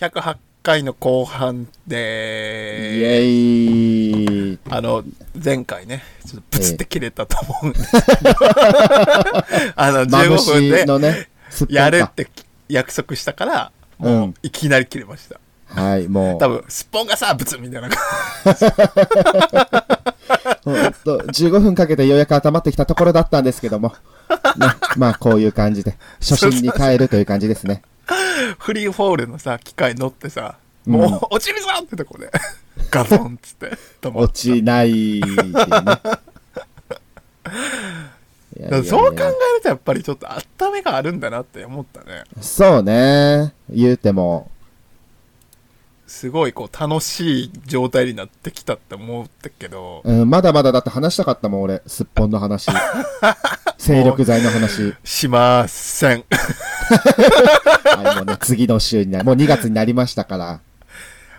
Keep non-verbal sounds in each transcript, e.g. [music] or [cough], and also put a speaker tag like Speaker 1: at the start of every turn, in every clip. Speaker 1: 108回の後半
Speaker 2: イ
Speaker 1: で、
Speaker 2: エイ
Speaker 1: あの、前回ね、ちょっとプツって切れたと思う
Speaker 2: [laughs]
Speaker 1: んですけど、あの、
Speaker 2: マム
Speaker 1: 15分
Speaker 2: シの
Speaker 1: で
Speaker 2: ね、すっぽんか
Speaker 1: やるって約束したから、も
Speaker 2: う
Speaker 1: うんいきなり切れました。
Speaker 2: はい、も
Speaker 1: 多分、すっぽんがさ、ブツみたいな感 [laughs]
Speaker 2: う、ほんと15分かけてようやく温まってきたところだったんですけど [laughs] も、ね、まあ、こういう感じで、初心に帰るという感じですね。
Speaker 1: じ、フリーフォールのさ、機械乗ってさ、もう、落ちるぞってとこで、 [laughs] ガゾンっつって、止まっ
Speaker 2: [laughs] 落ちないって
Speaker 1: [laughs]
Speaker 2: いうね。いやいやいや
Speaker 1: そう考えるとやっぱりちょっとあっためがあるんだなって思ったね。
Speaker 2: そうね。言うても、
Speaker 1: すごいこう楽しい状態になってきたって思ったけど、
Speaker 2: うん、まだまだだって話したかったもん、俺。すっぽんの [laughs] 話。精力剤の話。
Speaker 1: しません。 [laughs]
Speaker 2: はい、もうね、次の週になもう2月になりましたから。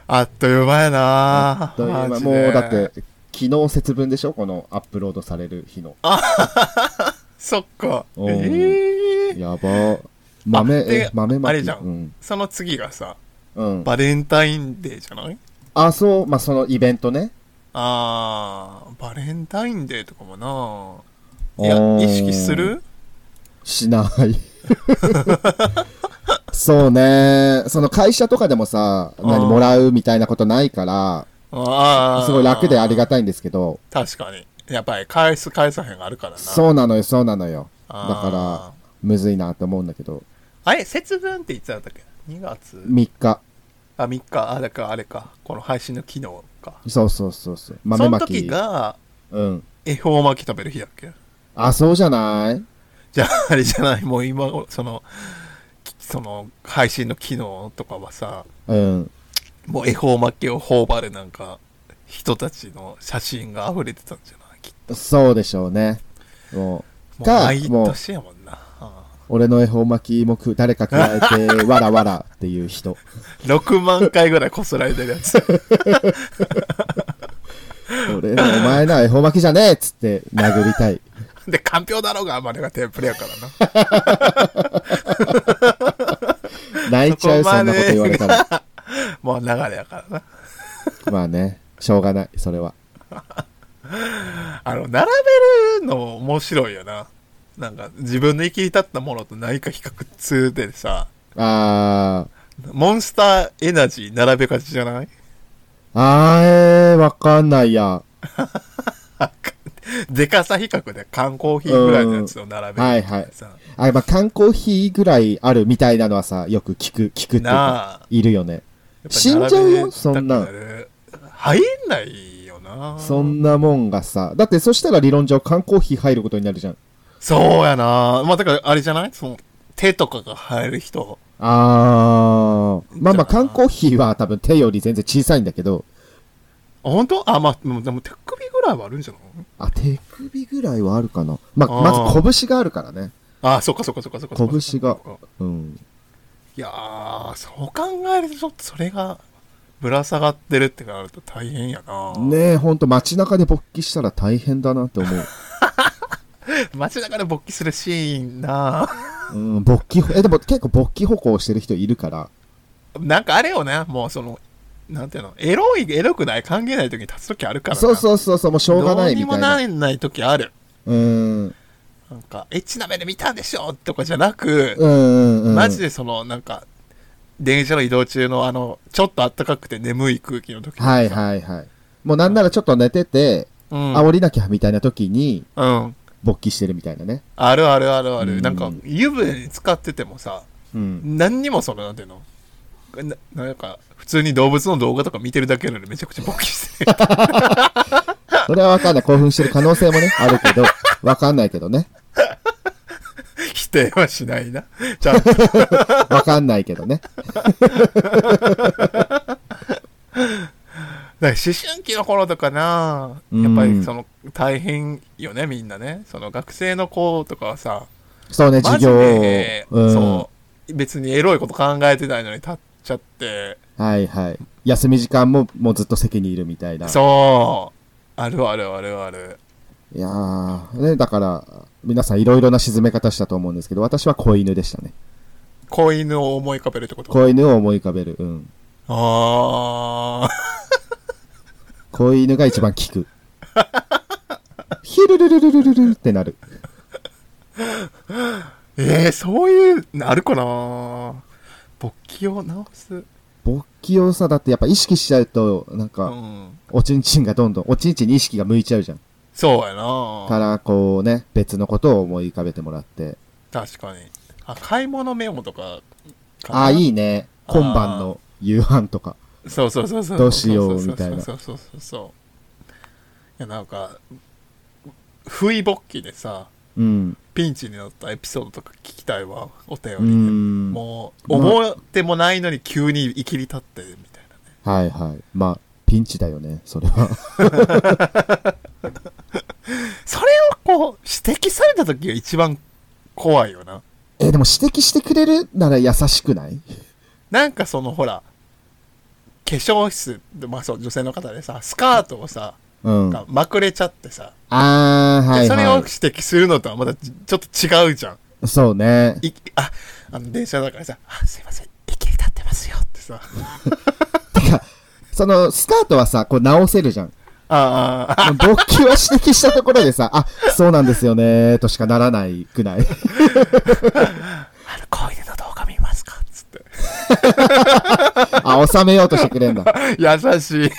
Speaker 1: あっという間やな
Speaker 2: という
Speaker 1: マ
Speaker 2: 間
Speaker 1: ジ
Speaker 2: も
Speaker 1: で
Speaker 2: うだって、昨日節分でしょこのアップロードされる日の。
Speaker 1: そっか。え
Speaker 2: うん
Speaker 1: ー、
Speaker 2: やば。豆、
Speaker 1: あで
Speaker 2: え、豆まき。
Speaker 1: あれじゃん
Speaker 2: うん。
Speaker 1: その次がさ、
Speaker 2: うん。
Speaker 1: バレンタインデーじゃない
Speaker 2: あ、そう、まあ、そのイベントね。
Speaker 1: あー、バレンタインデーとかもないや、
Speaker 2: うん
Speaker 1: 意識する
Speaker 2: し
Speaker 1: [laughs]
Speaker 2: ない。そうね。その会社とかでもさ、
Speaker 1: うん
Speaker 2: 何もらうみたいなことないから、
Speaker 1: あー。
Speaker 2: すごい楽でありがたいんですけど、
Speaker 1: 確かに。やっぱり返す返さへんがあるからな。
Speaker 2: そうなのよ、そうなのよ。だ
Speaker 1: あー
Speaker 2: から、むずいなと思うんだけど、
Speaker 1: あれ、節分っていつだったっけ ?2 月
Speaker 2: 3日。
Speaker 1: あ、3日。あ、だからあれか。この配信の機能か。
Speaker 2: そうそうそうそう。
Speaker 1: そ
Speaker 2: 豆
Speaker 1: の
Speaker 2: ま
Speaker 1: 時
Speaker 2: き。
Speaker 1: が、
Speaker 2: うん。
Speaker 1: 恵方巻き食べる日だっけ
Speaker 2: あ、そうじゃない
Speaker 1: じゃあ、あれじゃない。もう今、その、きその、配信の機能とかはさ、
Speaker 2: うん。
Speaker 1: もう恵方巻きを頬張るなんか、人たちの写真が溢れてたんじゃないきっ
Speaker 2: そうでしょうね。も
Speaker 1: と。
Speaker 2: か
Speaker 1: もう毎
Speaker 2: もう
Speaker 1: 年やもんな。
Speaker 2: う、俺の恵方巻きも食う、誰か加えて、わらわらってい
Speaker 1: [laughs]
Speaker 2: う人。
Speaker 1: 6万回ぐらいこすられてるやつ。
Speaker 2: 俺のお前な、恵方巻きじゃねえっつって殴りたい。
Speaker 1: で、かんぴょうだろうが、まあ、あれがテンプレやからな。
Speaker 2: 泣いちゃう、
Speaker 1: そ
Speaker 2: そ
Speaker 1: こま
Speaker 2: ん
Speaker 1: で
Speaker 2: なこと言われたら。
Speaker 1: もう流れやからな。
Speaker 2: まあね、しょうがない、それは。
Speaker 1: あの、並べるの面白いよな。なんか、自分の生き至ったものと何か比較通でさ、
Speaker 2: あー、
Speaker 1: モンスターエナジー並べがちじゃない
Speaker 2: あー、えー、わかんないや。
Speaker 1: でかさ比較で缶コーヒーぐらいのやつを並べ
Speaker 2: は
Speaker 1: る
Speaker 2: いはい。
Speaker 1: さ、
Speaker 2: あ、まあ、缶コーヒーぐらいあるみたいなのはさ、よく聞く、聞くっていうか、
Speaker 1: なあ。
Speaker 2: いるよね。
Speaker 1: やっぱ
Speaker 2: 死んじゃうよそんな
Speaker 1: 並べたくる入んないよな。
Speaker 2: そんなもんがさ、だってそしたら理論上缶コーヒー入ることになるじゃん。
Speaker 1: そうやな。まあ、だからあれじゃないその、手とかが入る人。
Speaker 2: あー、まあ
Speaker 1: じゃ
Speaker 2: ま
Speaker 1: あ
Speaker 2: あ缶コーヒーは多分手より全然小さいんだけど、
Speaker 1: 本当あ、まあ、でもでも手首ぐらいはあるんじゃない
Speaker 2: あ、手首ぐらいはあるかな。まあ、
Speaker 1: あー
Speaker 2: まず拳があるからね。
Speaker 1: あそっかそっかそっかそっかそっか。
Speaker 2: 拳がうん。
Speaker 1: いやー、そう考えると、ちょっとそれがぶら下がってるってなると大変やな。
Speaker 2: ねえ、ほんと街中で勃起したら大変だなって
Speaker 1: [laughs]
Speaker 2: 思う。
Speaker 1: 街中で勃起するシーンな。
Speaker 2: うん、勃起、え、でも結構勃起歩行してる人いるから、
Speaker 1: なんかあれよね、もうその、なんていうの、エロい、エロくない、関係ない時に立つ時あるからな。
Speaker 2: そう
Speaker 1: う、
Speaker 2: そうそうそう、もうしょうがないみたい
Speaker 1: どう
Speaker 2: な。
Speaker 1: にもなんない時ある。
Speaker 2: うん、うん、
Speaker 1: なんか、エッチな目で見たんでしょとかじゃなく、
Speaker 2: うん、うん。
Speaker 1: マジでその、なんか、電車の移動中のあの、ちょっと暖かくて眠い空気の時
Speaker 2: はいはいはい。もうなんならちょっと寝てて、
Speaker 1: うん。
Speaker 2: あ、降りなきゃみたいな時に、
Speaker 1: うん。
Speaker 2: 勃起してるみたいなね。
Speaker 1: あるあるあるある。
Speaker 2: うん
Speaker 1: なんか、湯船に使っててもさ、
Speaker 2: うん。
Speaker 1: 何にもそのなんていうのななんか普通に動物の動画とか見てるだけなのにめちゃくちゃ勃起して [laughs] る
Speaker 2: それはわかんない。興奮してる可能性もね、あるけど、わかんないけどね。
Speaker 1: 否定はしないなちゃんと
Speaker 2: わかんないけどね。
Speaker 1: なんか思春期の頃とかな
Speaker 2: うん
Speaker 1: やっぱりその大変よねみんなねその学生の子とかはさ
Speaker 2: そうね、
Speaker 1: マジ
Speaker 2: 授業を。
Speaker 1: で、
Speaker 2: うん。
Speaker 1: そう別にエロいこと考えてないのに立っちゃって
Speaker 2: はいはい。休み時間も、もうずっと席にいるみたいな。
Speaker 1: そうあるあるあるある
Speaker 2: いやー、ね、だから、皆さんいろいろな沈め方したと思うんですけど、私は子犬でしたね。
Speaker 1: 子犬を思い浮かべるってこと
Speaker 2: 子犬を思い浮かべる。うん。
Speaker 1: ああ。
Speaker 2: 子犬が一番効く。ヒルルルルルルルルってなる。
Speaker 1: [laughs] ええそういうのあるかな勃起を直す。
Speaker 2: 勃起をさ、だってやっぱ意識しちゃうと、なん
Speaker 1: う
Speaker 2: か、
Speaker 1: ん。
Speaker 2: おちんちんがどんどん、おちんちんに意識が向いちゃうじゃん。
Speaker 1: そうやな
Speaker 2: から、こうね、別のことを思い浮かべてもらって。
Speaker 1: 確かに。あ、買い物メモとかかな
Speaker 2: ああ、いいね。
Speaker 1: あー
Speaker 2: 今晩の夕飯とか。
Speaker 1: そうそうそうそう。
Speaker 2: どうしようみたいな
Speaker 1: そうそうそうそうそう。いや、なんか、不意勃起でさ、
Speaker 2: うん。
Speaker 1: ピンチになったエピソードとか聞きたいわ、お便
Speaker 2: う
Speaker 1: りで。
Speaker 2: ん。は
Speaker 1: もう、思ってもないのに急にいきり立って、みたいなね。
Speaker 2: いはい。まあ、ピンチだよね、それは。 [laughs]
Speaker 1: それをこう、指摘された時が一番怖いよな。
Speaker 2: え、でも指摘してくれるなら優しくない
Speaker 1: なんかそのほら、化粧室で、まあそう、女性の方でさ、スカートをさ、
Speaker 2: うん。
Speaker 1: が
Speaker 2: あ
Speaker 1: まくれちゃってさ、
Speaker 2: あー、
Speaker 1: で
Speaker 2: はい、
Speaker 1: それを
Speaker 2: は
Speaker 1: 指摘するのとはまたちちょっと違うじゃん。
Speaker 2: い。そうね。
Speaker 1: いあ、あの電車だからさ、あ、すいません、いきり立ってますよってさ。
Speaker 2: てか、その、スカートはさ、こう直せ
Speaker 1: [laughs]
Speaker 2: るじゃん。
Speaker 1: あーあー、あ
Speaker 2: 勃起を指摘したところでさ、あ、そうなんですよね、としかならないく
Speaker 1: [laughs]
Speaker 2: らい。
Speaker 1: あの、こういうの動画見ますかつって。 [laughs]
Speaker 2: あ、収めようとしてくれんだ。
Speaker 1: 優しい。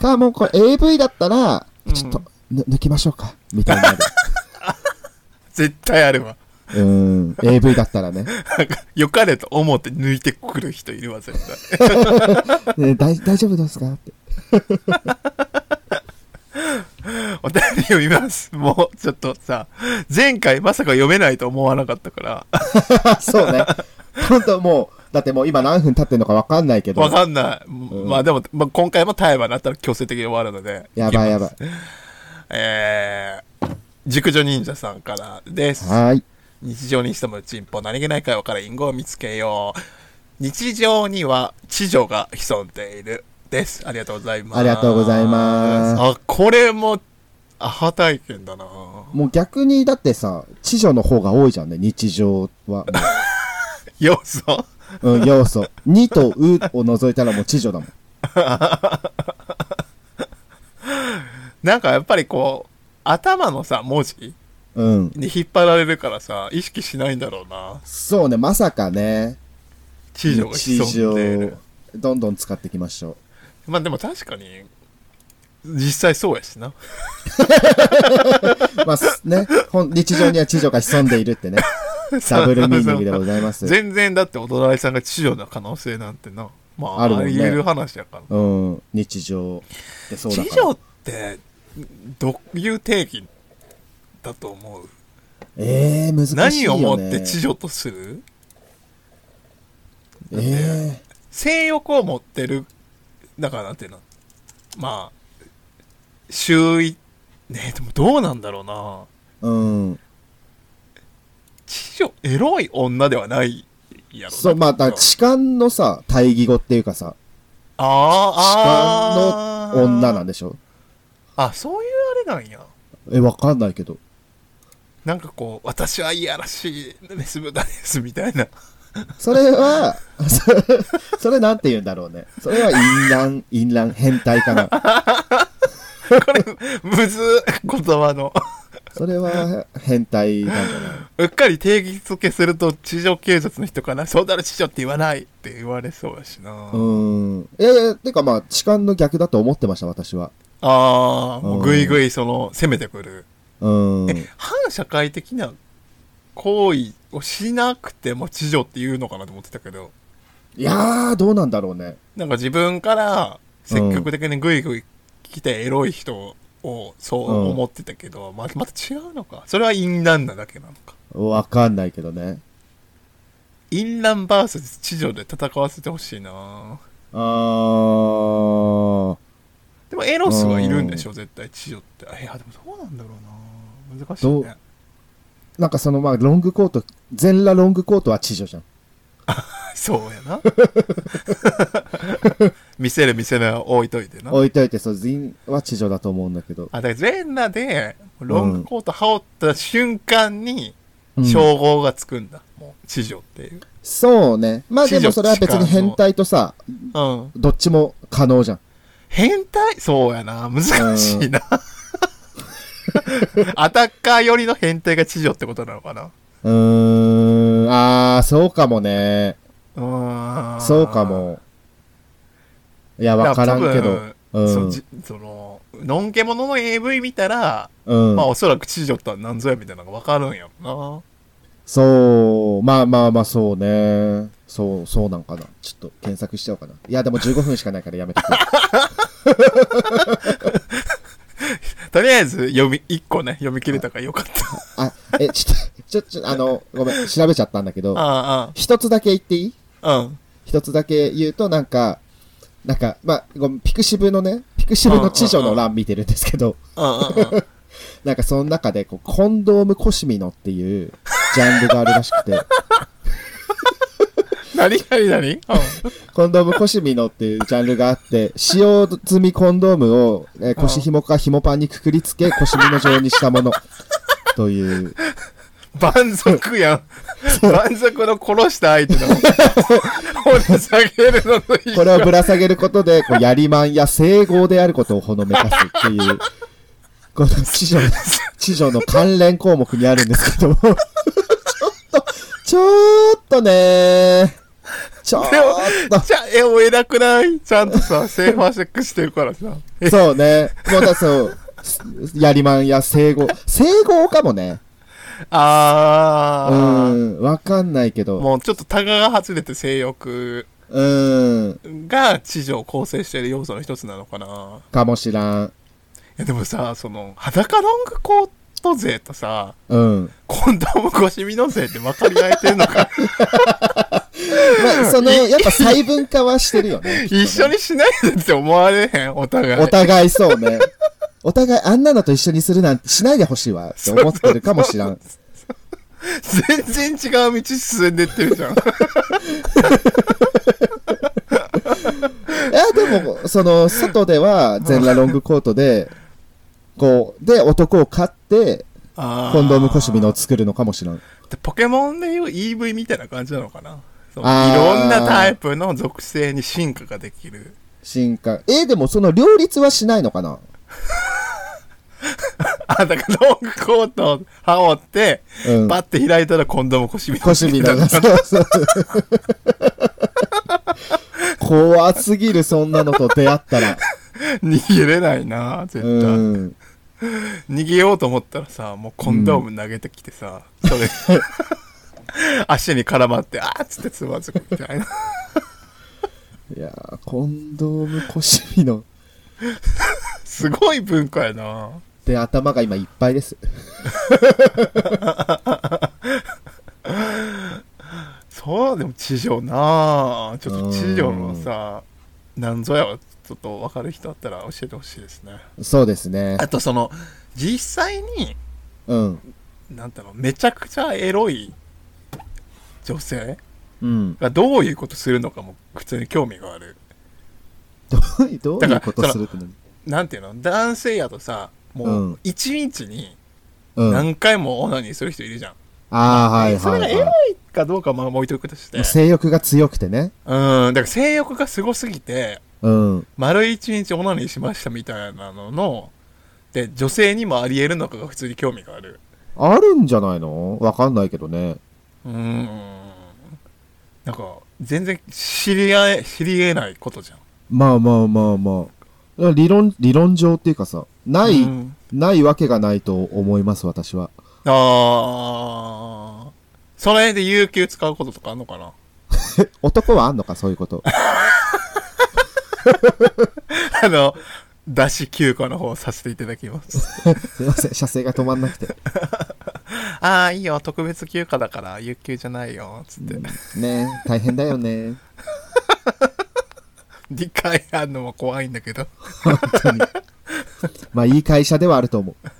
Speaker 2: か、もうこれ AV だったら
Speaker 1: う、ん
Speaker 2: ちょっと、ぬ抜きましょうか、みたいになる。
Speaker 1: 絶対あるわ。
Speaker 2: うーん、AV だったらね。
Speaker 1: なんか、良かれと思って抜いてくる人いるわ、絶対。
Speaker 2: ね大大丈夫ですかって。
Speaker 1: お便り読みます。もう、ちょっとさ、前回まさか読めないと思わなかったから、
Speaker 2: あそうね。本当もう、だってもう今何分経ってんのかわかんないけど。
Speaker 1: わかんない。
Speaker 2: ん
Speaker 1: まあでも、まあ、今回も対話になったら強制的に終わるので。
Speaker 2: やばいやばい。
Speaker 1: えー、熟女忍者さんからです。
Speaker 2: はーい。
Speaker 1: 日常にしてもチンポ、何気ない会話から隠語を見つけよう。日常には知女が潜んでいる。です。ありがとうございます。
Speaker 2: ありがとうございます
Speaker 1: あ、これも、アハ体験だな
Speaker 2: もう逆に、だってさ、知女の方が多いじゃんね、日常は。
Speaker 1: 要素
Speaker 2: うん、要素。にとうを除いたらもう知女だもん。
Speaker 1: なんかやっぱりこう、頭のさ、文字
Speaker 2: うん。
Speaker 1: に引っ張られるからさ、意識しないんだろうな。
Speaker 2: そうね、まさかね、
Speaker 1: 知女が潜んでいる。
Speaker 2: をどんどん使っていきましょ
Speaker 1: まあでも確かに、実際そうやし
Speaker 2: [laughs]
Speaker 1: な。
Speaker 2: う。まあ、すね、ほん日常には地上が潜んでいるってね、ダブルミーニングでござ
Speaker 1: [laughs]
Speaker 2: います。
Speaker 1: 全然だってお隣さんが知女な可能性なんてな。まあ、
Speaker 2: あ
Speaker 1: あ
Speaker 2: るもんね
Speaker 1: り得る話やから。
Speaker 2: うん、日常ってそうだ
Speaker 1: 知
Speaker 2: から。
Speaker 1: 女って、どういう定義だと思う
Speaker 2: ええー、難しい
Speaker 1: 何
Speaker 2: よ、
Speaker 1: を
Speaker 2: ね。
Speaker 1: もって知女とする
Speaker 2: え
Speaker 1: 性欲を持ってる、だからなんていうのまあ、周囲、ねでもどうなんだろうな。
Speaker 2: えうん。
Speaker 1: 知女、エロい女ではないやろな
Speaker 2: そう、まあ、だから痴漢のさ、対義語っていうかさ、
Speaker 1: あーあ
Speaker 2: 痴漢の女なんんでしょ
Speaker 1: あそういうあれなんや
Speaker 2: え、わかんないけど。
Speaker 1: なんかこう私はいやらしいメス豚ですみたいな [laughs]
Speaker 2: それは、 [laughs] それ、それなんて言うんだろうね。それは淫乱、淫乱、変態かな。
Speaker 1: これむずい言葉の
Speaker 2: それは変態なんだな。
Speaker 1: うっかり定義付けすると地上警察の人かなそうだろ地上って言わないって言われそうやしな、
Speaker 2: うーん。いやいや、てかまあ、痴漢の逆だと思ってました、私は。
Speaker 1: ああもうぐいぐいその攻めてくる、
Speaker 2: うーん
Speaker 1: え。反社会的な行為をしなくても地上って言うのかなと思ってたけど
Speaker 2: いやー、どうなんだろうね。
Speaker 1: なんか自分から積極的にグイグイ来てエロい人をそう思ってたけど、ままた違うのかそれは淫乱なだけなのか
Speaker 2: わかんないけどね。
Speaker 1: 淫乱バース地上で戦わせてほしいな
Speaker 2: あー。
Speaker 1: でもエロスはいるんでしょ、絶対地上ってあいやでもどうなんだろうな難しいね
Speaker 2: なんかそのまあ、ロングコート、全裸ロングコートは地上じゃん。
Speaker 1: [laughs] そうや
Speaker 2: [laughs]
Speaker 1: な見せる見せないは置いといてな
Speaker 2: 置いといて、そう、全は地上だと思うんだけど。
Speaker 1: あだから全裸でロングコート羽織った瞬間に
Speaker 2: うん
Speaker 1: 称号がつくんだ、もう地上っていう
Speaker 2: そうね。まあでもそれは別に変態とさ、
Speaker 1: うん。
Speaker 2: どっちも可能じゃん。
Speaker 1: 変態そうやな。難しいな。アタッカー寄りの変態が知女ってことなのかな
Speaker 2: うーん、あー、そうかもね。
Speaker 1: うーん。
Speaker 2: そうか。も。いや、
Speaker 1: だ
Speaker 2: わからんけど。。
Speaker 1: 多分そううんじその、のんけものの AV 見たら、
Speaker 2: うん
Speaker 1: まあおそらく知女とは何ぞやみたいなのがわかるんやろ
Speaker 2: そう、まあまあまあ、そうね。そう、そうなんかな。ちょっと検索しちゃおうかな。いや、でも15分しかないからやめ
Speaker 1: [laughs]
Speaker 2: とく。
Speaker 1: な。とりあえず読み、一個ね、読み切れたからよかった。
Speaker 2: あ、え、ちょっと、ちょ、ちょ、あの、ごめん、調べちゃったんだけど、
Speaker 1: あ
Speaker 2: 一つだけ言っていい
Speaker 1: あ、ああうん。
Speaker 2: 一つだけ言うと、なんか、なんか、まあ、ごめん、ピクシブのね、ピクシブの知女の欄見てるんですけど、
Speaker 1: うんうんうん。
Speaker 2: なんかその中でこう、コンドームコシミノっていうジャンルがあるらしくて、
Speaker 1: 何何何うん。
Speaker 2: コンドームコシミノっていうジャンルがあって、使用済みコンドームを、えー、腰紐か紐パンにくくりつけ、コシミノ状にしたもの。という。
Speaker 1: 蛮族やん。蛮族の殺した相手の、
Speaker 2: [laughs]
Speaker 1: 掘り下げるのと一
Speaker 2: これを
Speaker 1: 緒。
Speaker 2: ぶら下げることで、こう、やりまんや整合であることをほのめかすっていう、 [laughs] この知女の、 [laughs] 知女の関連項目にあるんですけども、 [laughs] ちょっと、ちょっとねちょっ
Speaker 1: でも、[laughs]
Speaker 2: と、
Speaker 1: じゃあ、え、もう偉くないちゃんと
Speaker 2: [laughs]
Speaker 1: さ、セーファーセックスしてるからさ。 [laughs] え
Speaker 2: そうね、もうだそう、やりまんや整合、整合かもね。
Speaker 1: あ
Speaker 2: う
Speaker 1: ー。
Speaker 2: ん、わかんないけど。
Speaker 1: もうちょっとタガが外れて性欲
Speaker 2: うん、
Speaker 1: が地上を構成している要素の一つなのかな。
Speaker 2: かもしらん。
Speaker 1: いやでもさ、その、裸ロングコート勢とさ、
Speaker 2: うん。
Speaker 1: コンドーム腰身の勢って分かり合えてるの
Speaker 2: [laughs]
Speaker 1: か。
Speaker 2: まあ、その、やっぱ細分化はしてるよね。
Speaker 1: 一緒にしないでって思われへん、お互い。
Speaker 2: お互いそうね。お互いあんなのと一緒にするなんてしないでほしいわって思ってるかもしらん。
Speaker 1: 全然違う道進んでってるじゃ
Speaker 2: [laughs]
Speaker 1: ん。
Speaker 2: いや、でも、その、外では全裸ロングコートで、こう、で、男を買って、コ
Speaker 1: コ
Speaker 2: ンドームコシミのを作るのかもしらん。
Speaker 1: ポケモンでいう EV みたいな感じなのかなその
Speaker 2: あー
Speaker 1: いろんなタイプの属性に進化ができる。 [laughs]
Speaker 2: 進化。えーでもその両立はしないのかな
Speaker 1: あ、だからロングコートを羽織って、
Speaker 2: うん。
Speaker 1: パッて開いたらコンドーム腰みたいな。
Speaker 2: コシミのが、そうそう。怖すぎる、そんなのと出会ったら。
Speaker 1: [laughs] 逃げれないな、絶
Speaker 2: う
Speaker 1: 対。
Speaker 2: ん。
Speaker 1: 逃げようと思ったらさ、もうコンドーム投げてきてさ、それ、 [laughs] 足に絡まって、あーっつってつまずくみたいな。 [laughs]
Speaker 2: いやー、コンドームコシミの
Speaker 1: すごい文化やな。
Speaker 2: で頭が今いっぱいです。
Speaker 1: そう、でも地上なあちょっと地上のさ、なんぞやはちょっと分かる人あったら教えてほしいですね。
Speaker 2: そうですね。
Speaker 1: あとその、実際に、
Speaker 2: うん。
Speaker 1: なんだろう、めちゃくちゃエロい女性
Speaker 2: うん。
Speaker 1: がどういうことするのかも普通に興味がある。
Speaker 2: どういう、どういうことするってのに。
Speaker 1: なんていうの男性やとさ、
Speaker 2: う
Speaker 1: も
Speaker 2: ん
Speaker 1: う一日に
Speaker 2: うん。あ
Speaker 1: 何回もオナニーする人いるじゃん。
Speaker 2: あー、はい
Speaker 1: それが
Speaker 2: はい、
Speaker 1: エロ
Speaker 2: はい
Speaker 1: かどうかはまあ置いとくとして。う
Speaker 2: い。性欲が強くてね。
Speaker 1: ん、だから性欲がすごすぎて、
Speaker 2: うん。
Speaker 1: 丸一日オナニーしましたみたいなのの、で、女性にもあり得るのかが普通に興味がある。
Speaker 2: あるんじゃないのわかんないけどね。
Speaker 1: うーん。なんか、全然知り合え、知り得ないことじゃん。
Speaker 2: まあまあまあまあ。理論、理論上っていうかさ、ない、
Speaker 1: うん
Speaker 2: ないわけがないと思います、私は。
Speaker 1: あー。その辺で有給使うこととかあんのかな [laughs]
Speaker 2: 男はあんのか、そういうこと。 [laughs]
Speaker 1: あの、出し休暇の方させていただきます。
Speaker 2: すいません、射精が止まんなくて。
Speaker 1: [laughs] あー、いいよ、特別休暇だから、有給じゃないよ、つって。
Speaker 2: ねえ大変だよね。
Speaker 1: 理解あんのも怖いんだけど。 [laughs]
Speaker 2: 本当に。まあ、いい会社ではあると思う。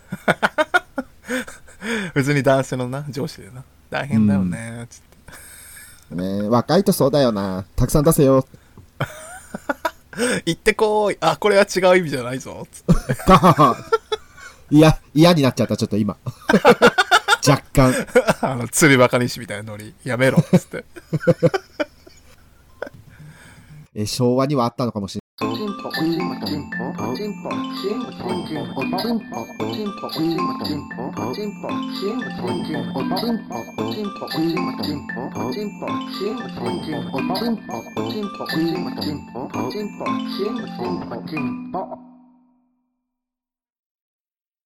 Speaker 1: 普通に男性のな、上司でな。大変だよね、つって。
Speaker 2: ねえ、若いとそうだよな。たくさん出せよ。
Speaker 1: 行ってこーい。あ、これは違う意味じゃないぞ。つって [laughs]
Speaker 2: [laughs] ガハハいや、嫌になっちゃった、ちょっと今。 [laughs] 若干。
Speaker 1: あの、釣りバカにしみたいなノリ、やめろ、っつって。
Speaker 2: えー昭和にはあったのかもしれない。
Speaker 3: Tempo.